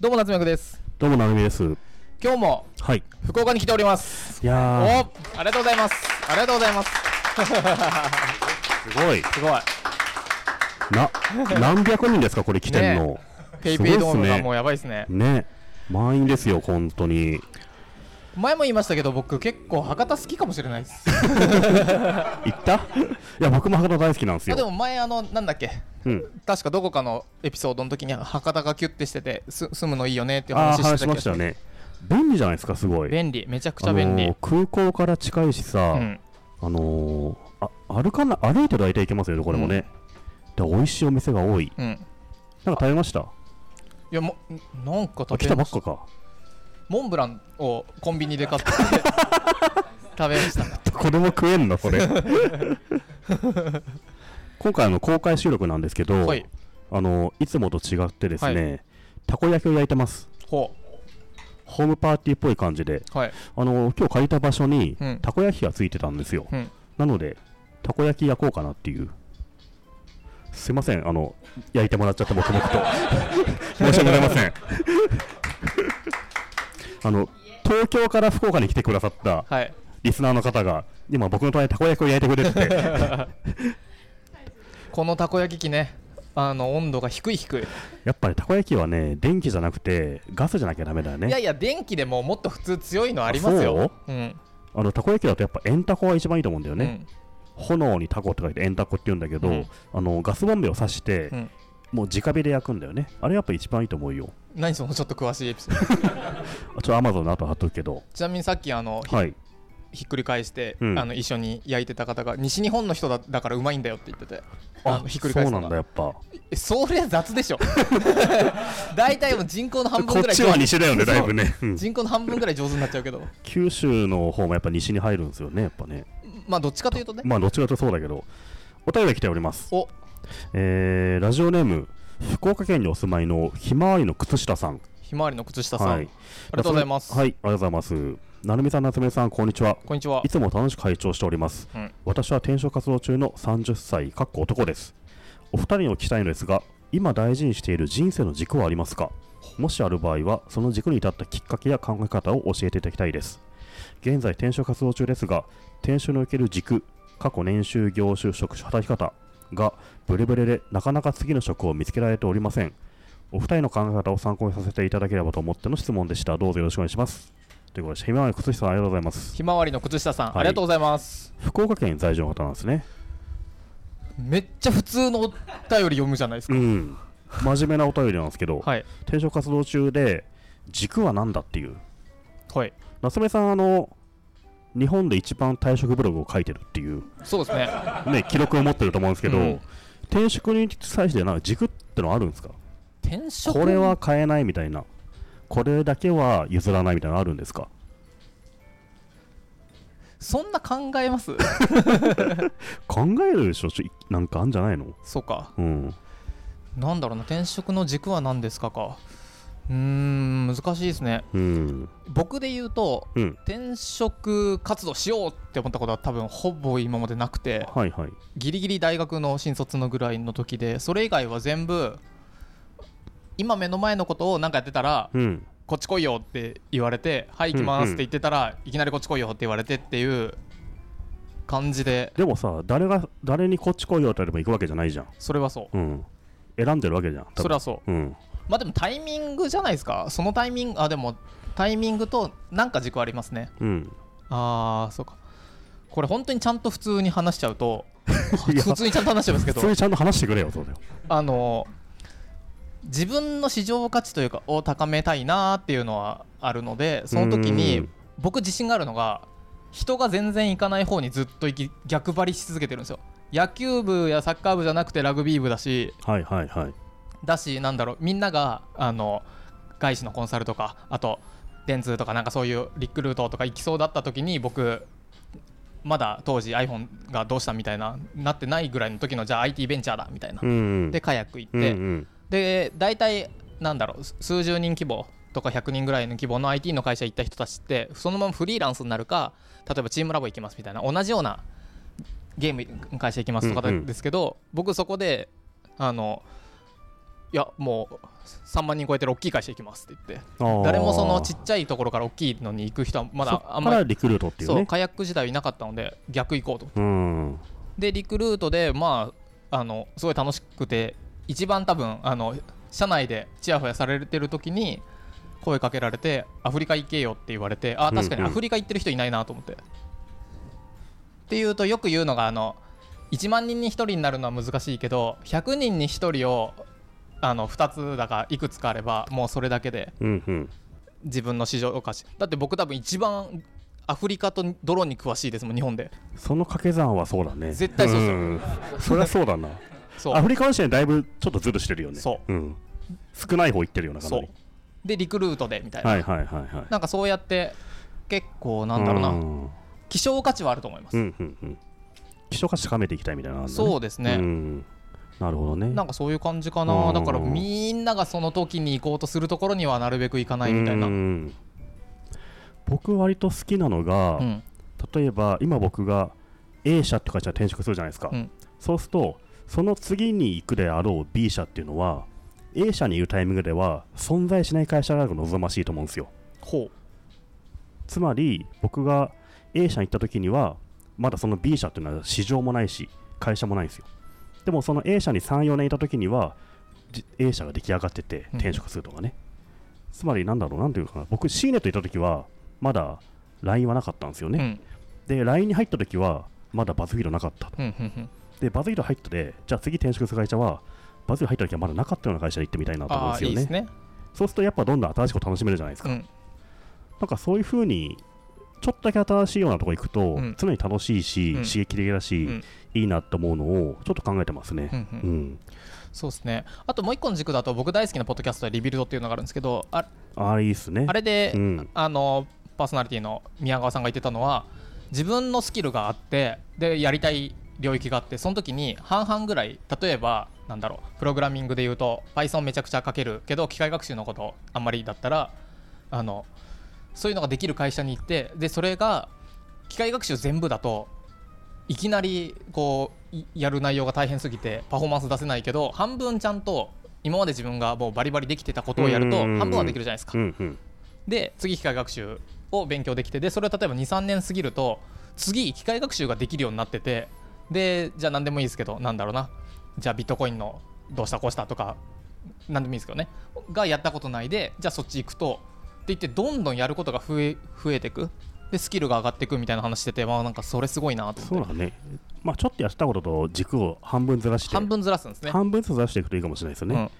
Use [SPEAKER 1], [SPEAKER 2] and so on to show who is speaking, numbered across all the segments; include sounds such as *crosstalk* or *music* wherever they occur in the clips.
[SPEAKER 1] どうも夏目役です
[SPEAKER 2] どうも、なるみです。
[SPEAKER 1] 今日も
[SPEAKER 2] はい。
[SPEAKER 1] 福岡に来ております
[SPEAKER 2] い
[SPEAKER 1] お
[SPEAKER 2] や
[SPEAKER 1] ありがとうございますありがとうございます
[SPEAKER 2] ー、すごい。
[SPEAKER 1] すごい
[SPEAKER 2] な、何百人ですか、これ来てん
[SPEAKER 1] ね
[SPEAKER 2] の。
[SPEAKER 1] ペイペイドーム
[SPEAKER 2] すごいっ
[SPEAKER 1] が
[SPEAKER 2] すね
[SPEAKER 1] もうやばいですね
[SPEAKER 2] ね。満員ですよ、本当に。
[SPEAKER 1] 前も言いましたけど僕結構博多好きかもしれないです
[SPEAKER 2] 行った *laughs* いや、僕も博多大好きなんです
[SPEAKER 1] あで
[SPEAKER 2] よ。
[SPEAKER 1] も前あのなんだっけ
[SPEAKER 2] うん。
[SPEAKER 1] 確かどこかのエピソードの時に博多がキュッてしててす住むのいいよねっていう
[SPEAKER 2] ああ
[SPEAKER 1] 話
[SPEAKER 2] ー、
[SPEAKER 1] してた
[SPEAKER 2] 話
[SPEAKER 1] 気
[SPEAKER 2] し
[SPEAKER 1] が
[SPEAKER 2] ましたよね。便利じゃないですか、すごい。
[SPEAKER 1] 便利めちゃくち
[SPEAKER 2] あ
[SPEAKER 1] ゃ
[SPEAKER 2] の
[SPEAKER 1] 便利、
[SPEAKER 2] ー、空港から近いしさ、
[SPEAKER 1] うん
[SPEAKER 2] あのー、あ歩かな、歩いて大体行けますよね、これもね。で、美味しいお店が多い。
[SPEAKER 1] うん
[SPEAKER 2] なんか食べました
[SPEAKER 1] いやもなんか
[SPEAKER 2] あ、
[SPEAKER 1] 食
[SPEAKER 2] 来
[SPEAKER 1] べ
[SPEAKER 2] たば
[SPEAKER 1] ま
[SPEAKER 2] っ
[SPEAKER 1] した
[SPEAKER 2] かか。
[SPEAKER 1] モンブランをコンビニで買って *laughs* 食べましたね
[SPEAKER 2] これも食えんな、それ。 *laughs* 今回あの公開収録なんですけど、
[SPEAKER 1] はい
[SPEAKER 2] あのいつもと違ってですね、
[SPEAKER 1] は
[SPEAKER 2] たこ焼きを焼いてます。
[SPEAKER 1] ほ
[SPEAKER 2] ホームパーティーっぽい感じで、
[SPEAKER 1] うはい
[SPEAKER 2] あの今日借りた場所に、
[SPEAKER 1] うん
[SPEAKER 2] たこ焼きがついてたんですよ。
[SPEAKER 1] うん
[SPEAKER 2] なので、たこ焼き焼こうかなっていう。すいません、あの焼いてもらっちゃって、
[SPEAKER 1] *laughs*
[SPEAKER 2] 黙々と。申し訳ございません。あの東京から福岡に来てくださった
[SPEAKER 1] はい
[SPEAKER 2] リスナーの方が、今、僕の隣にたこ焼きを焼いてくれてて、
[SPEAKER 1] このたこ焼き器ねあの温度が低い低い、
[SPEAKER 2] やっぱりたこ焼きはね、電気じゃなくて、ガスじゃなきゃダメだよ
[SPEAKER 1] いや
[SPEAKER 2] ね。
[SPEAKER 1] いや電気でももっと普通強いのありますようん
[SPEAKER 2] あのたこ焼きだとやっぱ煙たこが一番いいと思うんだよ
[SPEAKER 1] う
[SPEAKER 2] ね。
[SPEAKER 1] ん
[SPEAKER 2] 炎にたこって書いて煙たこって言うんだけど、
[SPEAKER 1] うん
[SPEAKER 2] あのガスボンベを刺して、
[SPEAKER 1] うん
[SPEAKER 2] もう直火で焼くんだよね。あれやっぱ一番いいと思うよ。
[SPEAKER 1] 何そのちょっと詳しいエピソ
[SPEAKER 2] *laughs*
[SPEAKER 1] ード
[SPEAKER 2] あちょっとアマゾンの後貼っとくけど。
[SPEAKER 1] ちなみにさっきあのひ,、
[SPEAKER 2] はい。
[SPEAKER 1] っくり返して、
[SPEAKER 2] うん
[SPEAKER 1] あの一緒に焼いてた方が西日本の人だだからうまいんだよって言っててあのひっくり返す
[SPEAKER 2] そ
[SPEAKER 1] の
[SPEAKER 2] うなん
[SPEAKER 1] が
[SPEAKER 2] だ、やっぱ。
[SPEAKER 1] えそれ雑でし
[SPEAKER 2] *laughs*
[SPEAKER 1] ょ大体もう人口の半
[SPEAKER 2] こ
[SPEAKER 1] 分
[SPEAKER 2] っ
[SPEAKER 1] ぐらい
[SPEAKER 2] ちは西だよね、だいぶね。うん
[SPEAKER 1] 人口の半分ぐらい上手になっちゃうけど
[SPEAKER 2] 九州の方もやっぱ西に入るんですよね、やっぱね。
[SPEAKER 1] まあどっちかというとね
[SPEAKER 2] まあ、どっちかというとそうだけど。お便りが来ております。
[SPEAKER 1] お
[SPEAKER 2] えー、ラジオネーム、福岡県にお住まいのひまわりの靴下さん。
[SPEAKER 1] ひまわりの靴下さん、
[SPEAKER 2] はい
[SPEAKER 1] ありがとうございます、
[SPEAKER 2] はい、ありがとうございます。なるみさん、夏目さん、こんにちは。
[SPEAKER 1] こんにちはい
[SPEAKER 2] つも楽しく拝聴しております。
[SPEAKER 1] うん
[SPEAKER 2] 私は転職活動中の30歳、かっこ男です。お二人にお聞きしたいのですが、今大事にしている人生の軸はありますかもしある場合は、その軸に至ったきっかけや考え方を教えていただきたいです。現在、転職活動中ですが、転職における軸、過去年収、業種、職種、働き方がブレブレで、なかなか次の職を見つけられておりません。お二人の考え方を参考にさせていただければと思っての質問でした。どうぞよろしくお願いします。ということで、ひまわり靴下さん、ありがとうございます。
[SPEAKER 1] ひまわりの靴下さん、
[SPEAKER 2] はい
[SPEAKER 1] ありがとうございます
[SPEAKER 2] 福岡県在住の方なんですね。
[SPEAKER 1] めっちゃ普通のお便り読むじゃないです
[SPEAKER 2] *laughs*
[SPEAKER 1] か、
[SPEAKER 2] うん。真面目なお便りなんですけど、
[SPEAKER 1] はい
[SPEAKER 2] 転職活動中で軸は何だっていう。
[SPEAKER 1] はい
[SPEAKER 2] 夏目さん、あの、日本で一番退職ブログを書いてるっていう、
[SPEAKER 1] そうですね *laughs*
[SPEAKER 2] ね、記録を持ってると思うんですけど、
[SPEAKER 1] うん
[SPEAKER 2] 転職に際してなんか軸ってのはあるんですか
[SPEAKER 1] 転職
[SPEAKER 2] これは変えないみたいな、これだけは譲らないみたいなのあるんですか
[SPEAKER 1] そんな考えます *laughs*
[SPEAKER 2] 考えるでしょちょいなんかあんじゃないの
[SPEAKER 1] そうか
[SPEAKER 2] うん。
[SPEAKER 1] なんだろうな転職の軸は何ですかかうーん難しいですね
[SPEAKER 2] うん。
[SPEAKER 1] 僕で言うと
[SPEAKER 2] うん。
[SPEAKER 1] 転職活動しようって思ったことは多分ほぼ今までなくて
[SPEAKER 2] はいはい。
[SPEAKER 1] ギリギリ大学の新卒のぐらいの時でそれ以外は全部今目の前のことを何かやってたら
[SPEAKER 2] うん。
[SPEAKER 1] こっち来いよって言われて「はい行きます」って言ってたら、いきなりこっち来いよって言われてっていう感じで
[SPEAKER 2] でもさ、誰が、誰にこっち来いよって言われても行くわけじゃないじゃん。
[SPEAKER 1] それはそう
[SPEAKER 2] うん。選んでるわけじゃん。多分
[SPEAKER 1] それはそう
[SPEAKER 2] うん。
[SPEAKER 1] まあでもタイミングじゃないですかそのタイミングあでもタイミングとなんか軸ありますね
[SPEAKER 2] うん。
[SPEAKER 1] あーそうかこれ本当にちゃんと普通に話しちゃうと普通にちゃんと *laughs* 話しちゃいますけ
[SPEAKER 2] 普
[SPEAKER 1] ど
[SPEAKER 2] 通にちゃんと話してくれよ、そうだよ。
[SPEAKER 1] あの自分の市場価値というかを高めたいなーっていうのはあるのでその時
[SPEAKER 2] う
[SPEAKER 1] に
[SPEAKER 2] ん
[SPEAKER 1] 僕自信があるのが人が全然行かない方にずっと行き逆張りし続けてるんですよ野球部やサッカー部じゃなくてラグビー部だし
[SPEAKER 2] はいはいはい。
[SPEAKER 1] だしなんだろうみんながあの外資のコンサルとかあと電通とかなんかそういうリクルートとか行きそうだった時に僕まだ当時 iPhone がどうしたみたいななってないぐらいの時のじゃあ IT ベンチャーだみたいな
[SPEAKER 2] うんうん。
[SPEAKER 1] でカヤック行っ
[SPEAKER 2] うん
[SPEAKER 1] て、
[SPEAKER 2] うん
[SPEAKER 1] で大体なんだろうす数十人規模とか100人ぐらいの規模の IT の会社行った人たちってそのままフリーランスになるか例えばチームラボ行きますみたいな同じようなゲーム会社行きますとか
[SPEAKER 2] うんうん
[SPEAKER 1] ですけど、僕そこであのいやもう3万人超えてる大きい会社行きますって言って誰
[SPEAKER 2] 誰
[SPEAKER 1] もそのちっちゃいところから大きいのに行く人はまだあんま
[SPEAKER 2] から
[SPEAKER 1] り
[SPEAKER 2] リクルートっていう
[SPEAKER 1] そう
[SPEAKER 2] ね
[SPEAKER 1] カヤック時代いなかったので逆行こうと
[SPEAKER 2] うん
[SPEAKER 1] でリクルートでまああのすごい楽しくて一番多分あの社内でチヤホヤされてる時に声かけられてアフリカ行けよって言われてあ確かに
[SPEAKER 2] うんう
[SPEAKER 1] ア
[SPEAKER 2] ん
[SPEAKER 1] フリカ行ってる人いないなと思って、っていうとよく言うのがあの1万人に1人になるのは難しいけど100人に1人をあの2つだかいくつかあればもうそれだけで
[SPEAKER 2] うんうん
[SPEAKER 1] 自分の市場価値だって僕多分一番アフリカとドローンに詳しいですもん日本で
[SPEAKER 2] その掛け算はそうだね
[SPEAKER 1] 絶対そうですよ
[SPEAKER 2] んそりゃそうだな
[SPEAKER 1] そう
[SPEAKER 2] アフリカの人にだいぶちょっとズルしてるよね、
[SPEAKER 1] そう
[SPEAKER 2] ん、少ない方行ってるようなかな
[SPEAKER 1] そう
[SPEAKER 2] り
[SPEAKER 1] でリクルートでみたいな、
[SPEAKER 2] はいはいはいはい
[SPEAKER 1] なんかそうやって結構なんだろうな、
[SPEAKER 2] うん
[SPEAKER 1] 希少価値はあると思います、
[SPEAKER 2] うんうんうん希少価値高めていきたいみたいなのあるんだね
[SPEAKER 1] そうですね、
[SPEAKER 2] うんなるほどね
[SPEAKER 1] なんかそういう感じかな、
[SPEAKER 2] うん
[SPEAKER 1] だからみんながその時に行こうとするところにはなるべく行かないみたいな、
[SPEAKER 2] う
[SPEAKER 1] うん
[SPEAKER 2] ん僕割と好きなのが、例えば今僕が A 社って会社に転職するじゃないですか、
[SPEAKER 1] うん
[SPEAKER 2] そうするとその次に行くであろう B 社っていうのは A 社にいるタイミングでは存在しない会社が望ましいと思うんですよ
[SPEAKER 1] ほ
[SPEAKER 2] つまり僕が A 社に行った時にはまだその B 社っていうのは市場もないし会社もないんですよでもその A 社に34年いた時にはじ A 社が出来上がってて
[SPEAKER 1] うん
[SPEAKER 2] 転職するとかね、つまりなんだろうなんていうのかな僕 C ネットいた時はまだ LINE はなかったんですよ
[SPEAKER 1] う、
[SPEAKER 2] ね、で LINE に入った時はまだバズフィードなかった
[SPEAKER 1] うんうんうんうん
[SPEAKER 2] でバズフィード入ったでじゃあ次転職する会社はバズフィード入った時はまだなかったような会社で行ってみたいなと思う
[SPEAKER 1] あ
[SPEAKER 2] んで
[SPEAKER 1] あ
[SPEAKER 2] す
[SPEAKER 1] い
[SPEAKER 2] よ
[SPEAKER 1] い
[SPEAKER 2] ね
[SPEAKER 1] ですね
[SPEAKER 2] そうするとやっぱどんどん新しいこと楽しめるじゃないですか、
[SPEAKER 1] うん
[SPEAKER 2] なんかそういうふうにちょっとだけ新しいようなとこ行くと、
[SPEAKER 1] うん
[SPEAKER 2] 常に楽しい
[SPEAKER 1] う
[SPEAKER 2] し、
[SPEAKER 1] ん
[SPEAKER 2] 刺激的だし、
[SPEAKER 1] うん
[SPEAKER 2] いいなと思うのをちょっと考えてますね
[SPEAKER 1] う。ん
[SPEAKER 2] う
[SPEAKER 1] うん
[SPEAKER 2] ん、
[SPEAKER 1] そうですねあともう一個の軸だと僕大好きなポッドキャストでリビルドっていうのがあるんですけどあ
[SPEAKER 2] あれいいっすね。
[SPEAKER 1] あれで、
[SPEAKER 2] うん
[SPEAKER 1] あのパーソナリティの宮川さんが言ってたのは自分のスキルがあってでやりたい領域があってその時に半々ぐらい例えばなんだろうプログラミングで言うと Python めちゃくちゃ書けるけど機械学習のことあんまりだったらあのそういうのができる会社に行ってでそれが機械学習全部だといきなりこういやる内容が大変すぎてパフォーマンス出せないけど半分ちゃんと今まで自分がもうバリバリできてたことをやると
[SPEAKER 2] うんうんうん
[SPEAKER 1] 半分はできるじゃないですか
[SPEAKER 2] う。んうん、
[SPEAKER 1] で次機械学習を勉強できてでそれを例えば23年過ぎると次機械学習ができるようになっててでじゃあ何でもいいですけどなんだろうなじゃあビットコインのどうしたこうしたとか何でもいいですけどねがやったことないでじゃあそっち行くとって言ってどんどんやることが増え増えていくでスキルが上がっていくみたいな話しててまあなんかそれすごいなと
[SPEAKER 2] そう
[SPEAKER 1] 思っ
[SPEAKER 2] だ
[SPEAKER 1] て
[SPEAKER 2] ね。まあちょっとやってたことと軸を半分ずらして、
[SPEAKER 1] 半分ずらすんですね。
[SPEAKER 2] 半分ずつずらしていくといいかもしれないですよ
[SPEAKER 1] うんう
[SPEAKER 2] ね。
[SPEAKER 1] ん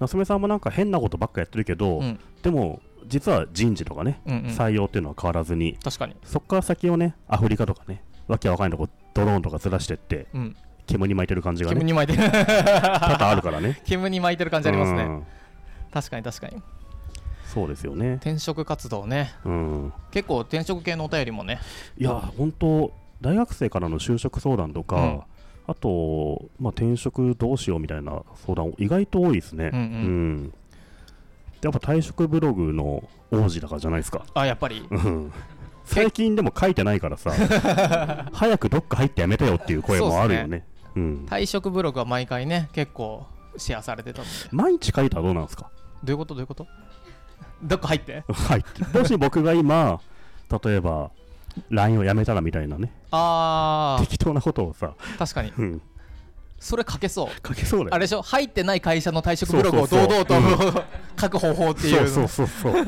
[SPEAKER 2] 夏目さんもなんか変なことばっかやってるけど、
[SPEAKER 1] うん
[SPEAKER 2] でも実は人事とかね、
[SPEAKER 1] うん
[SPEAKER 2] 採用っていうのは変わらずに、
[SPEAKER 1] 確かに、
[SPEAKER 2] そこから先をね、アフリカとかね、わけわかんないとこ、ドローンとかずらしてって、
[SPEAKER 1] うん、
[SPEAKER 2] 煙に巻いてる感じが
[SPEAKER 1] 煙
[SPEAKER 2] ね、
[SPEAKER 1] に巻いてる *laughs*
[SPEAKER 2] 多々あるからね。
[SPEAKER 1] 煙に巻いてる *laughs* 感じあります
[SPEAKER 2] う
[SPEAKER 1] ね
[SPEAKER 2] ん
[SPEAKER 1] 確かに確かに
[SPEAKER 2] そうですよね。
[SPEAKER 1] 転職活動ね
[SPEAKER 2] うん、
[SPEAKER 1] 結構転職系のお便りもね
[SPEAKER 2] いや、本当、大学生からの就職相談とか、
[SPEAKER 1] うん
[SPEAKER 2] あと、まあ、転職どうしようみたいな相談、意外と多いですね。
[SPEAKER 1] うんうん
[SPEAKER 2] んやっぱ退職ブログの王子だからじゃないですか。
[SPEAKER 1] あやっぱり
[SPEAKER 2] うん最近でも書いてないから
[SPEAKER 1] *laughs*
[SPEAKER 2] さ、早くどっか入ってやめてよっていう声もあるよね。うん、
[SPEAKER 1] 退職ブログは毎回ね結構シェアされてたので
[SPEAKER 2] 毎日書いたらどうなんですか
[SPEAKER 1] どういうことどういうこと *laughs* どっか入って
[SPEAKER 2] はい。もし僕が今、 *laughs* 例えば、LINE をやめたらみたいなね、
[SPEAKER 1] あ
[SPEAKER 2] 適当なことをさ、
[SPEAKER 1] ー確かに
[SPEAKER 2] うん、
[SPEAKER 1] それ書けそう
[SPEAKER 2] 書けそうだよね
[SPEAKER 1] あれでしょ入ってない会社の退職ブログを
[SPEAKER 2] そう
[SPEAKER 1] 堂
[SPEAKER 2] そう
[SPEAKER 1] 々と
[SPEAKER 2] そう
[SPEAKER 1] 書く方法っていう
[SPEAKER 2] そうそうそうそう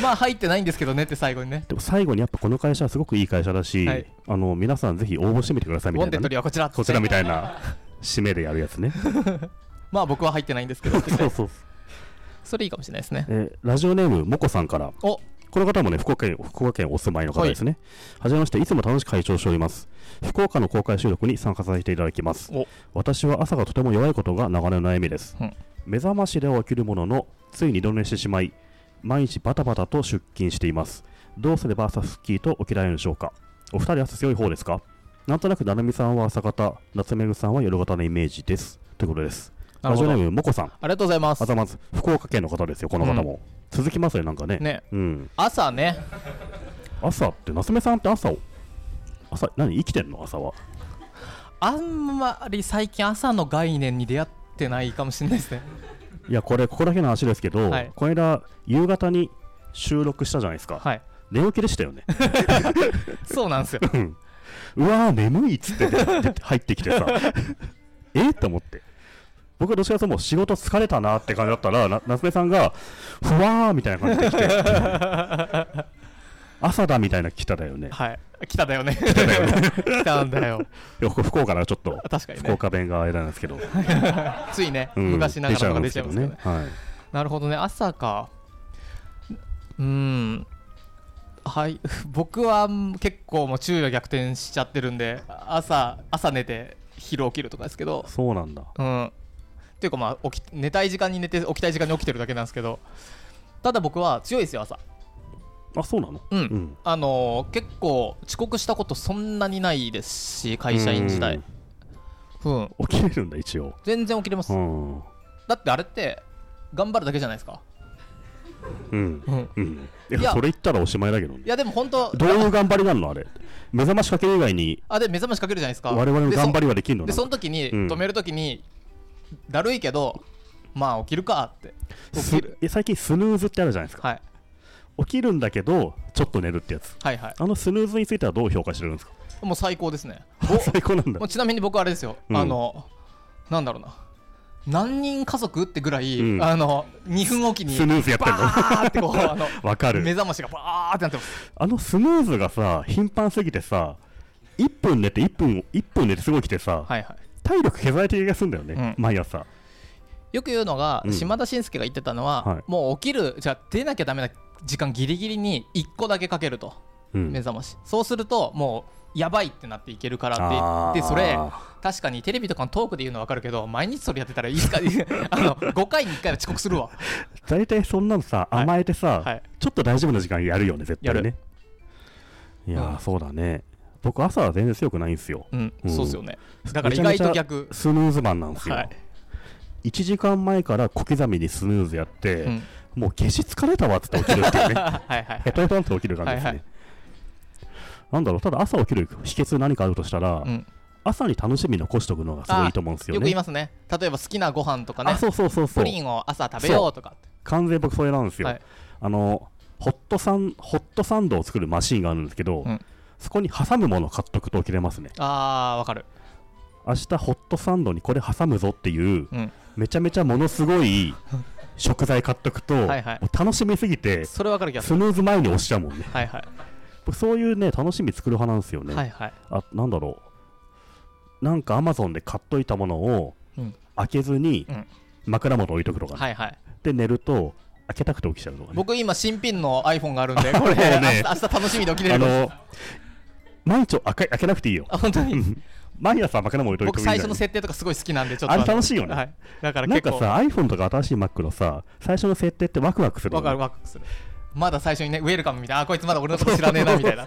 [SPEAKER 1] まあ入ってないんですけどねって最後にね
[SPEAKER 2] でも最後にやっぱこの会社はすごくいい会社だし、
[SPEAKER 1] はい
[SPEAKER 2] あの皆さんぜひ応募してみてください
[SPEAKER 1] ウ
[SPEAKER 2] み
[SPEAKER 1] ォ
[SPEAKER 2] た
[SPEAKER 1] ン
[SPEAKER 2] い
[SPEAKER 1] テ
[SPEAKER 2] な
[SPEAKER 1] ッド
[SPEAKER 2] ね、
[SPEAKER 1] にはこちらっつ
[SPEAKER 2] こ
[SPEAKER 1] って
[SPEAKER 2] ちらみたいな締めでやるやつ
[SPEAKER 1] *laughs*
[SPEAKER 2] ね
[SPEAKER 1] まあ僕は入ってないんですけどって
[SPEAKER 2] そうそう
[SPEAKER 1] それいいかもしれないですね
[SPEAKER 2] えーラジオネームもこさんから
[SPEAKER 1] お
[SPEAKER 2] この方もね福岡県福岡県お住まいの方ですねはじめましていつも楽しく拝聴しております福岡の公開収録に参加させていただきます
[SPEAKER 1] お
[SPEAKER 2] 私は朝がとても弱いことが長年の悩みです、
[SPEAKER 1] うん
[SPEAKER 2] 目覚ましでは起きるもののついに二度寝してしまい毎日バタバタと出勤していますどうすれば朝すっきりと起きられるのでしょうかお二人朝強い方ですかなんとなくななみさんは朝方夏目ぐさんは夜型のイメージですということです
[SPEAKER 1] なる
[SPEAKER 2] ラジ
[SPEAKER 1] ほ
[SPEAKER 2] オ
[SPEAKER 1] ど
[SPEAKER 2] ネ
[SPEAKER 1] あ
[SPEAKER 2] ームもこさん
[SPEAKER 1] りがとうございます
[SPEAKER 2] あざます福岡県の方ですよこの方も、続きますねなんかね
[SPEAKER 1] ね
[SPEAKER 2] うん
[SPEAKER 1] 朝ね
[SPEAKER 2] 朝って夏目さんって朝を朝何生きてんの朝は
[SPEAKER 1] あんまり最近朝の概念に出会ってないかもしれないですね
[SPEAKER 2] いやこれここだけの話ですけど、
[SPEAKER 1] はい
[SPEAKER 2] この間夕方に収録したじゃないですか、
[SPEAKER 1] はい
[SPEAKER 2] 寝起きでしたよね
[SPEAKER 1] そうなん *laughs* ですよ
[SPEAKER 2] うんうわー眠いっつって出て入ってきてさ *laughs* えっと思って僕はどっちかというともう仕事疲れたなって感じだったらな夏目さんがふわーみたいな感じで来て *laughs* 朝だみたいな来ただよね
[SPEAKER 1] はい来ただよね *laughs* 来たんだよ
[SPEAKER 2] いやここ福岡ならちょっと
[SPEAKER 1] 確かに
[SPEAKER 2] 福
[SPEAKER 1] ね
[SPEAKER 2] 岡弁があれなんですけど、
[SPEAKER 1] ついね
[SPEAKER 2] うん
[SPEAKER 1] *laughs* 昔ながらとか出ちゃいますけどね
[SPEAKER 2] 出ちゃうんです
[SPEAKER 1] なるほどね朝かうーんはい *laughs* 僕はうん結構もう昼夜逆転しちゃってるんで朝朝寝て昼起きるとかですけど
[SPEAKER 2] はい、そうなんだ
[SPEAKER 1] うんっていうかまあ起き寝たい時間に寝て起きたい時間に起きてるだけなんですけどただ僕は強いですよ朝
[SPEAKER 2] あそうなの
[SPEAKER 1] うん、
[SPEAKER 2] うん
[SPEAKER 1] あのー結構遅刻したことそんなにないですし会社員時代うん、
[SPEAKER 2] うん起きれるんだ一応
[SPEAKER 1] 全然起きれます、
[SPEAKER 2] うん
[SPEAKER 1] だってあれって頑張るだけじゃないですか
[SPEAKER 2] うん
[SPEAKER 1] うん
[SPEAKER 2] うん
[SPEAKER 1] い
[SPEAKER 2] いや
[SPEAKER 1] や
[SPEAKER 2] それ言ったらおしまいだけど
[SPEAKER 1] い
[SPEAKER 2] ね
[SPEAKER 1] やでも本当
[SPEAKER 2] どういう頑張りなのあれ目覚ましかけ以外に
[SPEAKER 1] あで目覚ましかけるじゃないですか
[SPEAKER 2] 我々の
[SPEAKER 1] でそ
[SPEAKER 2] 頑張りはできるの
[SPEAKER 1] で
[SPEAKER 2] なん
[SPEAKER 1] そ
[SPEAKER 2] か
[SPEAKER 1] の時に、
[SPEAKER 2] うん
[SPEAKER 1] 止める時にだるいけどまあ起きるかって起
[SPEAKER 2] す
[SPEAKER 1] きる、
[SPEAKER 2] え最近スヌーズってあるじゃないですか
[SPEAKER 1] はい、
[SPEAKER 2] 起きるんだけどちょっと寝るってやつ
[SPEAKER 1] はいはい
[SPEAKER 2] あのスヌーズについてはどう評価してるんですか
[SPEAKER 1] もう最高ですね
[SPEAKER 2] *laughs* 最高なんだ
[SPEAKER 1] もうちなみに僕あれですよ、
[SPEAKER 2] うん
[SPEAKER 1] あのなんだろうな何人家族ってぐらい、
[SPEAKER 2] うん
[SPEAKER 1] あの2分おきに
[SPEAKER 2] *laughs* スヌーズやって
[SPEAKER 1] バ
[SPEAKER 2] んの
[SPEAKER 1] ーってこうあの
[SPEAKER 2] *laughs* わか
[SPEAKER 1] 目
[SPEAKER 2] る
[SPEAKER 1] 覚ましがバーってなってます
[SPEAKER 2] あのスヌーズがさ頻繁すぎてさ1分寝て1分1分寝てすごい来てさ
[SPEAKER 1] はいはい
[SPEAKER 2] 体力削られてる気がするんだよね
[SPEAKER 1] うん
[SPEAKER 2] 毎朝
[SPEAKER 1] よく言うのが、
[SPEAKER 2] うん
[SPEAKER 1] 島田紳介が言ってたのは、
[SPEAKER 2] はい
[SPEAKER 1] もう起きるじゃあ出なきゃダメな時間ギリギリに1個だけかけると
[SPEAKER 2] うん
[SPEAKER 1] 目覚まし、そうするともうやばいってなっていけるから
[SPEAKER 2] あ
[SPEAKER 1] っ
[SPEAKER 2] ー
[SPEAKER 1] てでそれ確かにテレビとかのトークで言うの分かるけど毎日それやってたらいい
[SPEAKER 2] *laughs*
[SPEAKER 1] かあの5回に1回は遅刻するわ
[SPEAKER 2] 大体そんなのさ
[SPEAKER 1] はい
[SPEAKER 2] 甘えてさ、
[SPEAKER 1] はい
[SPEAKER 2] ちょっと大丈夫な時間やるよね絶対
[SPEAKER 1] や
[SPEAKER 2] ね
[SPEAKER 1] る
[SPEAKER 2] いやー、
[SPEAKER 1] うん
[SPEAKER 2] そうだね僕朝は全然強くないんですよ
[SPEAKER 1] うん、
[SPEAKER 2] うん
[SPEAKER 1] そうですよねだから意外と
[SPEAKER 2] めちゃ
[SPEAKER 1] 逆
[SPEAKER 2] スヌーズマンなんですよ、
[SPEAKER 1] はい、
[SPEAKER 2] 1時間前から小刻みにスヌーズやって、
[SPEAKER 1] うん、 *laughs*
[SPEAKER 2] もう消し疲れたわっつって起きるっていう
[SPEAKER 1] はいは
[SPEAKER 2] ね
[SPEAKER 1] いは
[SPEAKER 2] ヘ
[SPEAKER 1] い
[SPEAKER 2] トヘトなんて起きる感じですね、
[SPEAKER 1] はいは
[SPEAKER 2] なんだろうただ朝起きる秘訣何かあるとしたら、
[SPEAKER 1] うん
[SPEAKER 2] 朝に楽しみ残しとくのがすごいいいと思うんですよ
[SPEAKER 1] よく
[SPEAKER 2] ね
[SPEAKER 1] 言いますね例えば好きなご飯とか
[SPEAKER 2] あ
[SPEAKER 1] ね
[SPEAKER 2] そうそうそうそ
[SPEAKER 1] プ
[SPEAKER 2] う
[SPEAKER 1] リンを朝食べようとか
[SPEAKER 2] 完全に僕それなんですよ、
[SPEAKER 1] はい
[SPEAKER 2] あのホットサンホットサンドを作るマシンがあるんですけど、
[SPEAKER 1] うん
[SPEAKER 2] そこに挟むものを買っとくと切れますね
[SPEAKER 1] あーわかる
[SPEAKER 2] 明日ホットサンドにこれ挟むぞっていう、
[SPEAKER 1] うん
[SPEAKER 2] めちゃめちゃものす
[SPEAKER 1] *laughs*
[SPEAKER 2] ごい食材買っとくと
[SPEAKER 1] はいはい
[SPEAKER 2] もう楽しみすぎて
[SPEAKER 1] それわかる気がす
[SPEAKER 2] ス
[SPEAKER 1] る
[SPEAKER 2] ヌーズ前に押しちゃうもんね
[SPEAKER 1] はいはい、
[SPEAKER 2] 僕そういうね楽しみ作る派なんですよね、
[SPEAKER 1] はいはい
[SPEAKER 2] あなんだろうなんかアマゾンで買っといたものを、
[SPEAKER 1] うん
[SPEAKER 2] 開けずに
[SPEAKER 1] うん
[SPEAKER 2] 枕元置いとくとかね、
[SPEAKER 1] はいはい
[SPEAKER 2] で寝ると開けたくて起きちゃうとかね
[SPEAKER 1] 僕今新品の iPhone があるんで
[SPEAKER 2] *laughs* あ
[SPEAKER 1] これ、
[SPEAKER 2] もうね
[SPEAKER 1] 明日明日楽しみで起きれ
[SPEAKER 2] あ
[SPEAKER 1] るかもしれない
[SPEAKER 2] の、毎日開け開けなくていいよ。
[SPEAKER 1] *laughs* あ本
[SPEAKER 2] *laughs*
[SPEAKER 1] 当に
[SPEAKER 2] 毎朝開けなもん置いといて
[SPEAKER 1] 僕
[SPEAKER 2] もい
[SPEAKER 1] 最
[SPEAKER 2] い
[SPEAKER 1] 初
[SPEAKER 2] んだ
[SPEAKER 1] の
[SPEAKER 2] よ
[SPEAKER 1] 設定とかすごい好きなんでちょっと
[SPEAKER 2] あれ
[SPEAKER 1] の
[SPEAKER 2] 楽しいよね
[SPEAKER 1] はい、だから
[SPEAKER 2] なん
[SPEAKER 1] 結
[SPEAKER 2] か
[SPEAKER 1] 構
[SPEAKER 2] さ、iPhone とか新しい Mac のさ、最初の設定ってワクワクする
[SPEAKER 1] わ
[SPEAKER 2] よね
[SPEAKER 1] かるわかるするまだ最初にねウェルカムみたいなあこいつまだ俺のこと知らねえなみた
[SPEAKER 2] *laughs*
[SPEAKER 1] いな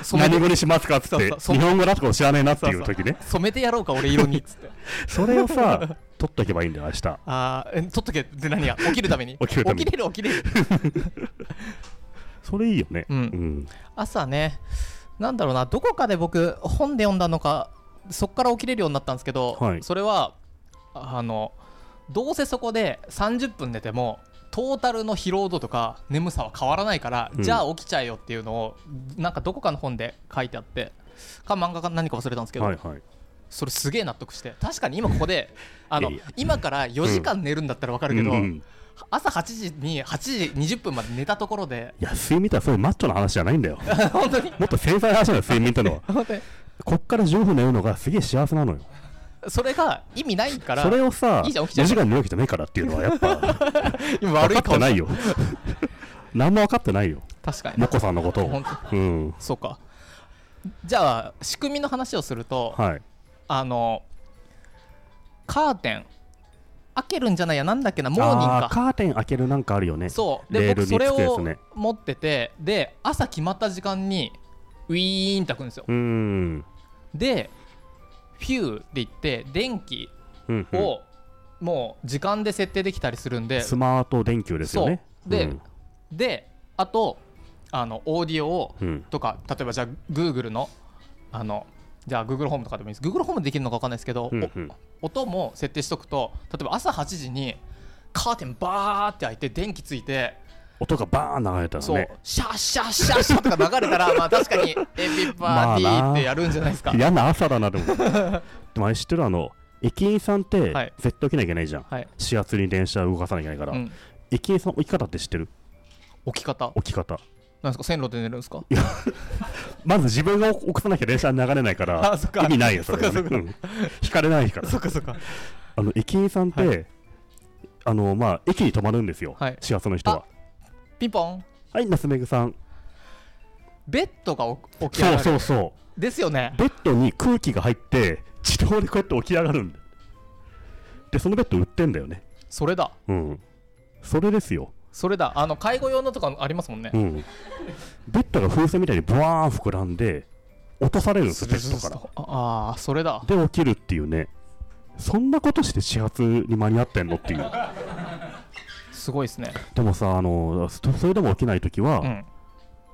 [SPEAKER 1] お染
[SPEAKER 2] 何
[SPEAKER 1] め
[SPEAKER 2] 語
[SPEAKER 1] て
[SPEAKER 2] にしますかっつ
[SPEAKER 1] そ
[SPEAKER 2] って、
[SPEAKER 1] うそうそう
[SPEAKER 2] 日本語だとか知らねえなっていう時ね。
[SPEAKER 1] 染めてやろうか俺色にっつって
[SPEAKER 2] それ
[SPEAKER 1] *laughs*
[SPEAKER 2] をさ、取っとけばいいんだよ、明日。
[SPEAKER 1] あーえ取っとけって何や起きるために
[SPEAKER 2] *laughs* 起きるために
[SPEAKER 1] れる起きれる
[SPEAKER 2] それいいよね。
[SPEAKER 1] うん朝ねなんだろうなどこかで僕本で読んだのかそっから起きれるようになったんですけど、
[SPEAKER 2] はい
[SPEAKER 1] それはあのどうせそこで30分寝てもトータルの疲労度とか眠さは変わらないから、
[SPEAKER 2] うん
[SPEAKER 1] じゃあ起きちゃえよっていうのをなんかどこかの本で書いてあってか漫画か何か忘れたんですけど、
[SPEAKER 2] はいはい。
[SPEAKER 1] それすげえ納得して確かに今ここ
[SPEAKER 2] *laughs*
[SPEAKER 1] であの
[SPEAKER 2] いやいや
[SPEAKER 1] 今から4時間寝るんだったら分かるけど、
[SPEAKER 2] うんうん
[SPEAKER 1] 朝8時に8時20分まで寝たところ
[SPEAKER 2] *laughs*
[SPEAKER 1] で
[SPEAKER 2] いや、睡眠ってのはそういうマッチョな話じゃないんだよ。
[SPEAKER 1] *laughs* 本当に
[SPEAKER 2] もっと繊細な話なのよ、睡眠っ
[SPEAKER 1] *laughs*
[SPEAKER 2] てのは。
[SPEAKER 1] 本当に
[SPEAKER 2] こっから10分寝るのがすげえ幸せなのよ。
[SPEAKER 1] それが意味ないから
[SPEAKER 2] それをさ、
[SPEAKER 1] いいじゃん起きちゃ
[SPEAKER 2] 4
[SPEAKER 1] う
[SPEAKER 2] 時間寝るわけじゃないからっていうのは、やっぱ、
[SPEAKER 1] 今
[SPEAKER 2] 分
[SPEAKER 1] 悪
[SPEAKER 2] か
[SPEAKER 1] い
[SPEAKER 2] って
[SPEAKER 1] 顔
[SPEAKER 2] ない
[SPEAKER 1] し *laughs*
[SPEAKER 2] よ。何も分かってないよ。
[SPEAKER 1] た確かに
[SPEAKER 2] モコさんのことを
[SPEAKER 1] 本。当
[SPEAKER 2] うん。
[SPEAKER 1] そうかじゃあ仕組みの話をすると
[SPEAKER 2] はい。
[SPEAKER 1] あのカーテン開けるんじゃないやなんだっけなモーニン
[SPEAKER 2] あ
[SPEAKER 1] グか
[SPEAKER 2] ーカーテン開けるなんかあるよね。
[SPEAKER 1] そうで
[SPEAKER 2] レール
[SPEAKER 1] 僕
[SPEAKER 2] に
[SPEAKER 1] それ
[SPEAKER 2] つくやつ
[SPEAKER 1] を
[SPEAKER 2] ね
[SPEAKER 1] 持っててで朝決まった時間にウィーンって開くんですよ
[SPEAKER 2] うーん。
[SPEAKER 1] でフューって言って電気
[SPEAKER 2] うんうん
[SPEAKER 1] をもう時間で設定できたりするんで
[SPEAKER 2] スマート電球ですよね。
[SPEAKER 1] そうで
[SPEAKER 2] うん
[SPEAKER 1] であとあのオーディオを
[SPEAKER 2] うん
[SPEAKER 1] とか例えばじゃあ Google のあのじゃあ Google ホームとかでもいいです Google ホームできるのか分かんないですけど、
[SPEAKER 2] うんうん
[SPEAKER 1] お音も設定しとくと例えば朝8時にカーテンバーって開いて電気ついて
[SPEAKER 2] 音がバーン流れたら
[SPEAKER 1] そう、
[SPEAKER 2] ね
[SPEAKER 1] シャッシャッシャッシャッとか流れたらまあ確かにエビバーティーってやるんじゃないですか、
[SPEAKER 2] 嫌な朝だなで
[SPEAKER 1] *laughs*
[SPEAKER 2] もでもあれ知ってるあの駅員さんっ
[SPEAKER 1] は
[SPEAKER 2] て
[SPEAKER 1] い
[SPEAKER 2] 絶対起きなきゃいけないじゃん、
[SPEAKER 1] はい、
[SPEAKER 2] 始発に電車動かさなきゃいけないから、
[SPEAKER 1] うん、
[SPEAKER 2] 駅員さんの起き方って知ってる
[SPEAKER 1] 置き方
[SPEAKER 2] 起き方
[SPEAKER 1] なんですか線路で寝るんですか
[SPEAKER 2] まず自分が起こさなきゃ電車流れないから
[SPEAKER 1] あそっか
[SPEAKER 2] 意味ないよそれはね
[SPEAKER 1] そっかそっか
[SPEAKER 2] うん引かれないか
[SPEAKER 1] *laughs*
[SPEAKER 2] ら
[SPEAKER 1] そっかそっか
[SPEAKER 2] あの駅員さんって、
[SPEAKER 1] は
[SPEAKER 2] あのまあ駅に止まるんですよ、
[SPEAKER 1] はい
[SPEAKER 2] 始発の人は
[SPEAKER 1] ピンポン
[SPEAKER 2] はいナスメグさん
[SPEAKER 1] ベッドがお起き上が
[SPEAKER 2] そう
[SPEAKER 1] る
[SPEAKER 2] そうそ
[SPEAKER 1] ですよね
[SPEAKER 2] うベッドに空気が入って自動でこうやって起き上がるんだよでそのベッド売ってんだよね
[SPEAKER 1] それだ
[SPEAKER 2] うんそれですよ
[SPEAKER 1] それだあの介護用のとかありますもんね
[SPEAKER 2] うん、ベッドが風船みたいにブワーン膨らんで落とされるんですベッドから
[SPEAKER 1] ああーそれだ
[SPEAKER 2] で起きるっていうねそんなことして始発に間に合ってんのっていう
[SPEAKER 1] すごいですね
[SPEAKER 2] でもさあのそそれでも起きない時は、
[SPEAKER 1] うん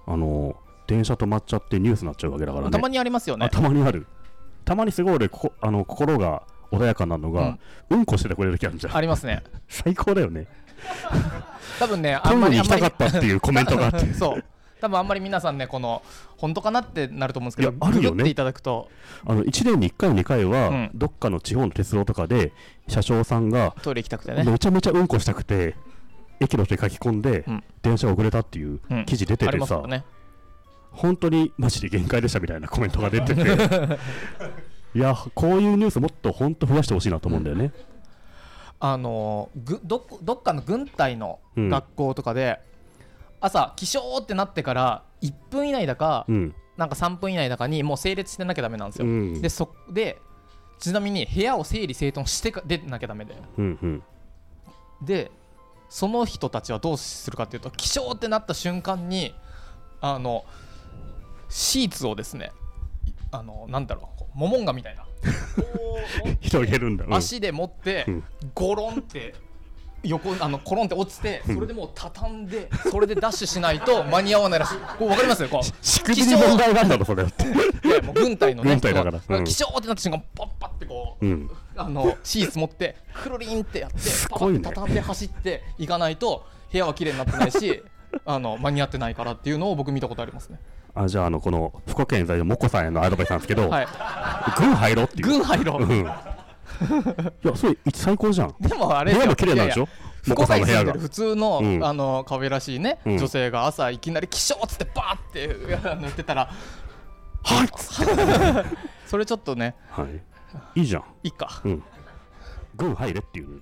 [SPEAKER 2] あの電車止まっちゃってニュースになっちゃうわけだからね
[SPEAKER 1] たまにありますよ
[SPEAKER 2] あ
[SPEAKER 1] ね
[SPEAKER 2] たまにあるたまにすごい俺こあの心が穏やかなのが、うん、こしててくれる時あるじゃん
[SPEAKER 1] ありますね
[SPEAKER 2] 最高だよね
[SPEAKER 1] 多分ねあ
[SPEAKER 2] ト
[SPEAKER 1] ん
[SPEAKER 2] イレ
[SPEAKER 1] ま
[SPEAKER 2] に
[SPEAKER 1] りあ
[SPEAKER 2] 行
[SPEAKER 1] ん
[SPEAKER 2] き
[SPEAKER 1] ま
[SPEAKER 2] た
[SPEAKER 1] り
[SPEAKER 2] かったっていうコメントがあ
[SPEAKER 1] *laughs*
[SPEAKER 2] って
[SPEAKER 1] そう多分あんまり皆さんねこの本当かなってなると思うんですけど
[SPEAKER 2] いやあるよね
[SPEAKER 1] ググっていただくと
[SPEAKER 2] あの1年に1回2回は、
[SPEAKER 1] うん
[SPEAKER 2] どっかの地方の鉄道とかで車掌さんが
[SPEAKER 1] トイレ行きたくてね
[SPEAKER 2] めちゃめちゃうんこしたくて駅の人に書き込んで、
[SPEAKER 1] うん
[SPEAKER 2] 電車遅れたっていう
[SPEAKER 1] うん
[SPEAKER 2] 記事出て
[SPEAKER 1] あり
[SPEAKER 2] て
[SPEAKER 1] ます
[SPEAKER 2] さ、
[SPEAKER 1] からね
[SPEAKER 2] 本当にマジで限界でしたみたいなコメントが出てて
[SPEAKER 1] *laughs*
[SPEAKER 2] いやこういうニュースもっと本当増やしてほしいなと思うんだよね、
[SPEAKER 1] あのぐどこどっかの軍隊の
[SPEAKER 2] うん
[SPEAKER 1] 学校とかで、朝起床ってなってから1分以内だか、
[SPEAKER 2] うん
[SPEAKER 1] なんか3分以内だかにもう整列してなきゃダメなんです
[SPEAKER 2] う
[SPEAKER 1] よ、
[SPEAKER 2] ん
[SPEAKER 1] でそでちなみに部屋を整理整頓してか出なきゃダメで
[SPEAKER 2] うんうん
[SPEAKER 1] でその人たちはどうするかっていうと起床ってなった瞬間にあのシーツをですねあのなんだろうこうモモンガみたいなこう持 *laughs* って
[SPEAKER 2] 広げるんだ、うん
[SPEAKER 1] 足で持って、
[SPEAKER 2] うん
[SPEAKER 1] ゴロンって横あのコロンって落ちてそれでもう畳んでそれでダッシュしないと間に合わないらしいこうわかりますこう
[SPEAKER 2] 仕組みに問題なんだろそれって
[SPEAKER 1] いやもう軍隊のね
[SPEAKER 2] 軍隊だから
[SPEAKER 1] こう
[SPEAKER 2] うん
[SPEAKER 1] 気象ってなった瞬間パッパってこう、
[SPEAKER 2] うん
[SPEAKER 1] あのシーツ持ってくるりんってやって
[SPEAKER 2] す
[SPEAKER 1] パパ
[SPEAKER 2] ご
[SPEAKER 1] って
[SPEAKER 2] いね
[SPEAKER 1] 畳んで走っていかないと部屋は綺麗になってないし *laughs* あの間に合ってないからっていうのを僕見たことありますね
[SPEAKER 2] *laughs* あじゃああのこの福岡県在住のモコさんへのアドバイスなんですけど、
[SPEAKER 1] はい
[SPEAKER 2] 軍入ろうっていう
[SPEAKER 1] 軍入ろ
[SPEAKER 2] うん
[SPEAKER 1] う
[SPEAKER 2] いやそれ最高じゃん
[SPEAKER 1] でもあ
[SPEAKER 2] 部
[SPEAKER 1] れですよ
[SPEAKER 2] 屋も綺麗なんでし
[SPEAKER 1] いやいや
[SPEAKER 2] ょモ
[SPEAKER 1] 福
[SPEAKER 2] コさ
[SPEAKER 1] 岡
[SPEAKER 2] ん
[SPEAKER 1] に住
[SPEAKER 2] の部屋
[SPEAKER 1] んで
[SPEAKER 2] が
[SPEAKER 1] る普通の,、
[SPEAKER 2] うん
[SPEAKER 1] あの可愛らしいね、
[SPEAKER 2] うん
[SPEAKER 1] 女性が朝いきなり「気象」っつってバーってあの言ってたら
[SPEAKER 2] はい
[SPEAKER 1] *laughs* それちょっとね
[SPEAKER 2] はいいいじゃん
[SPEAKER 1] いいか
[SPEAKER 2] うん。軍入れっていう。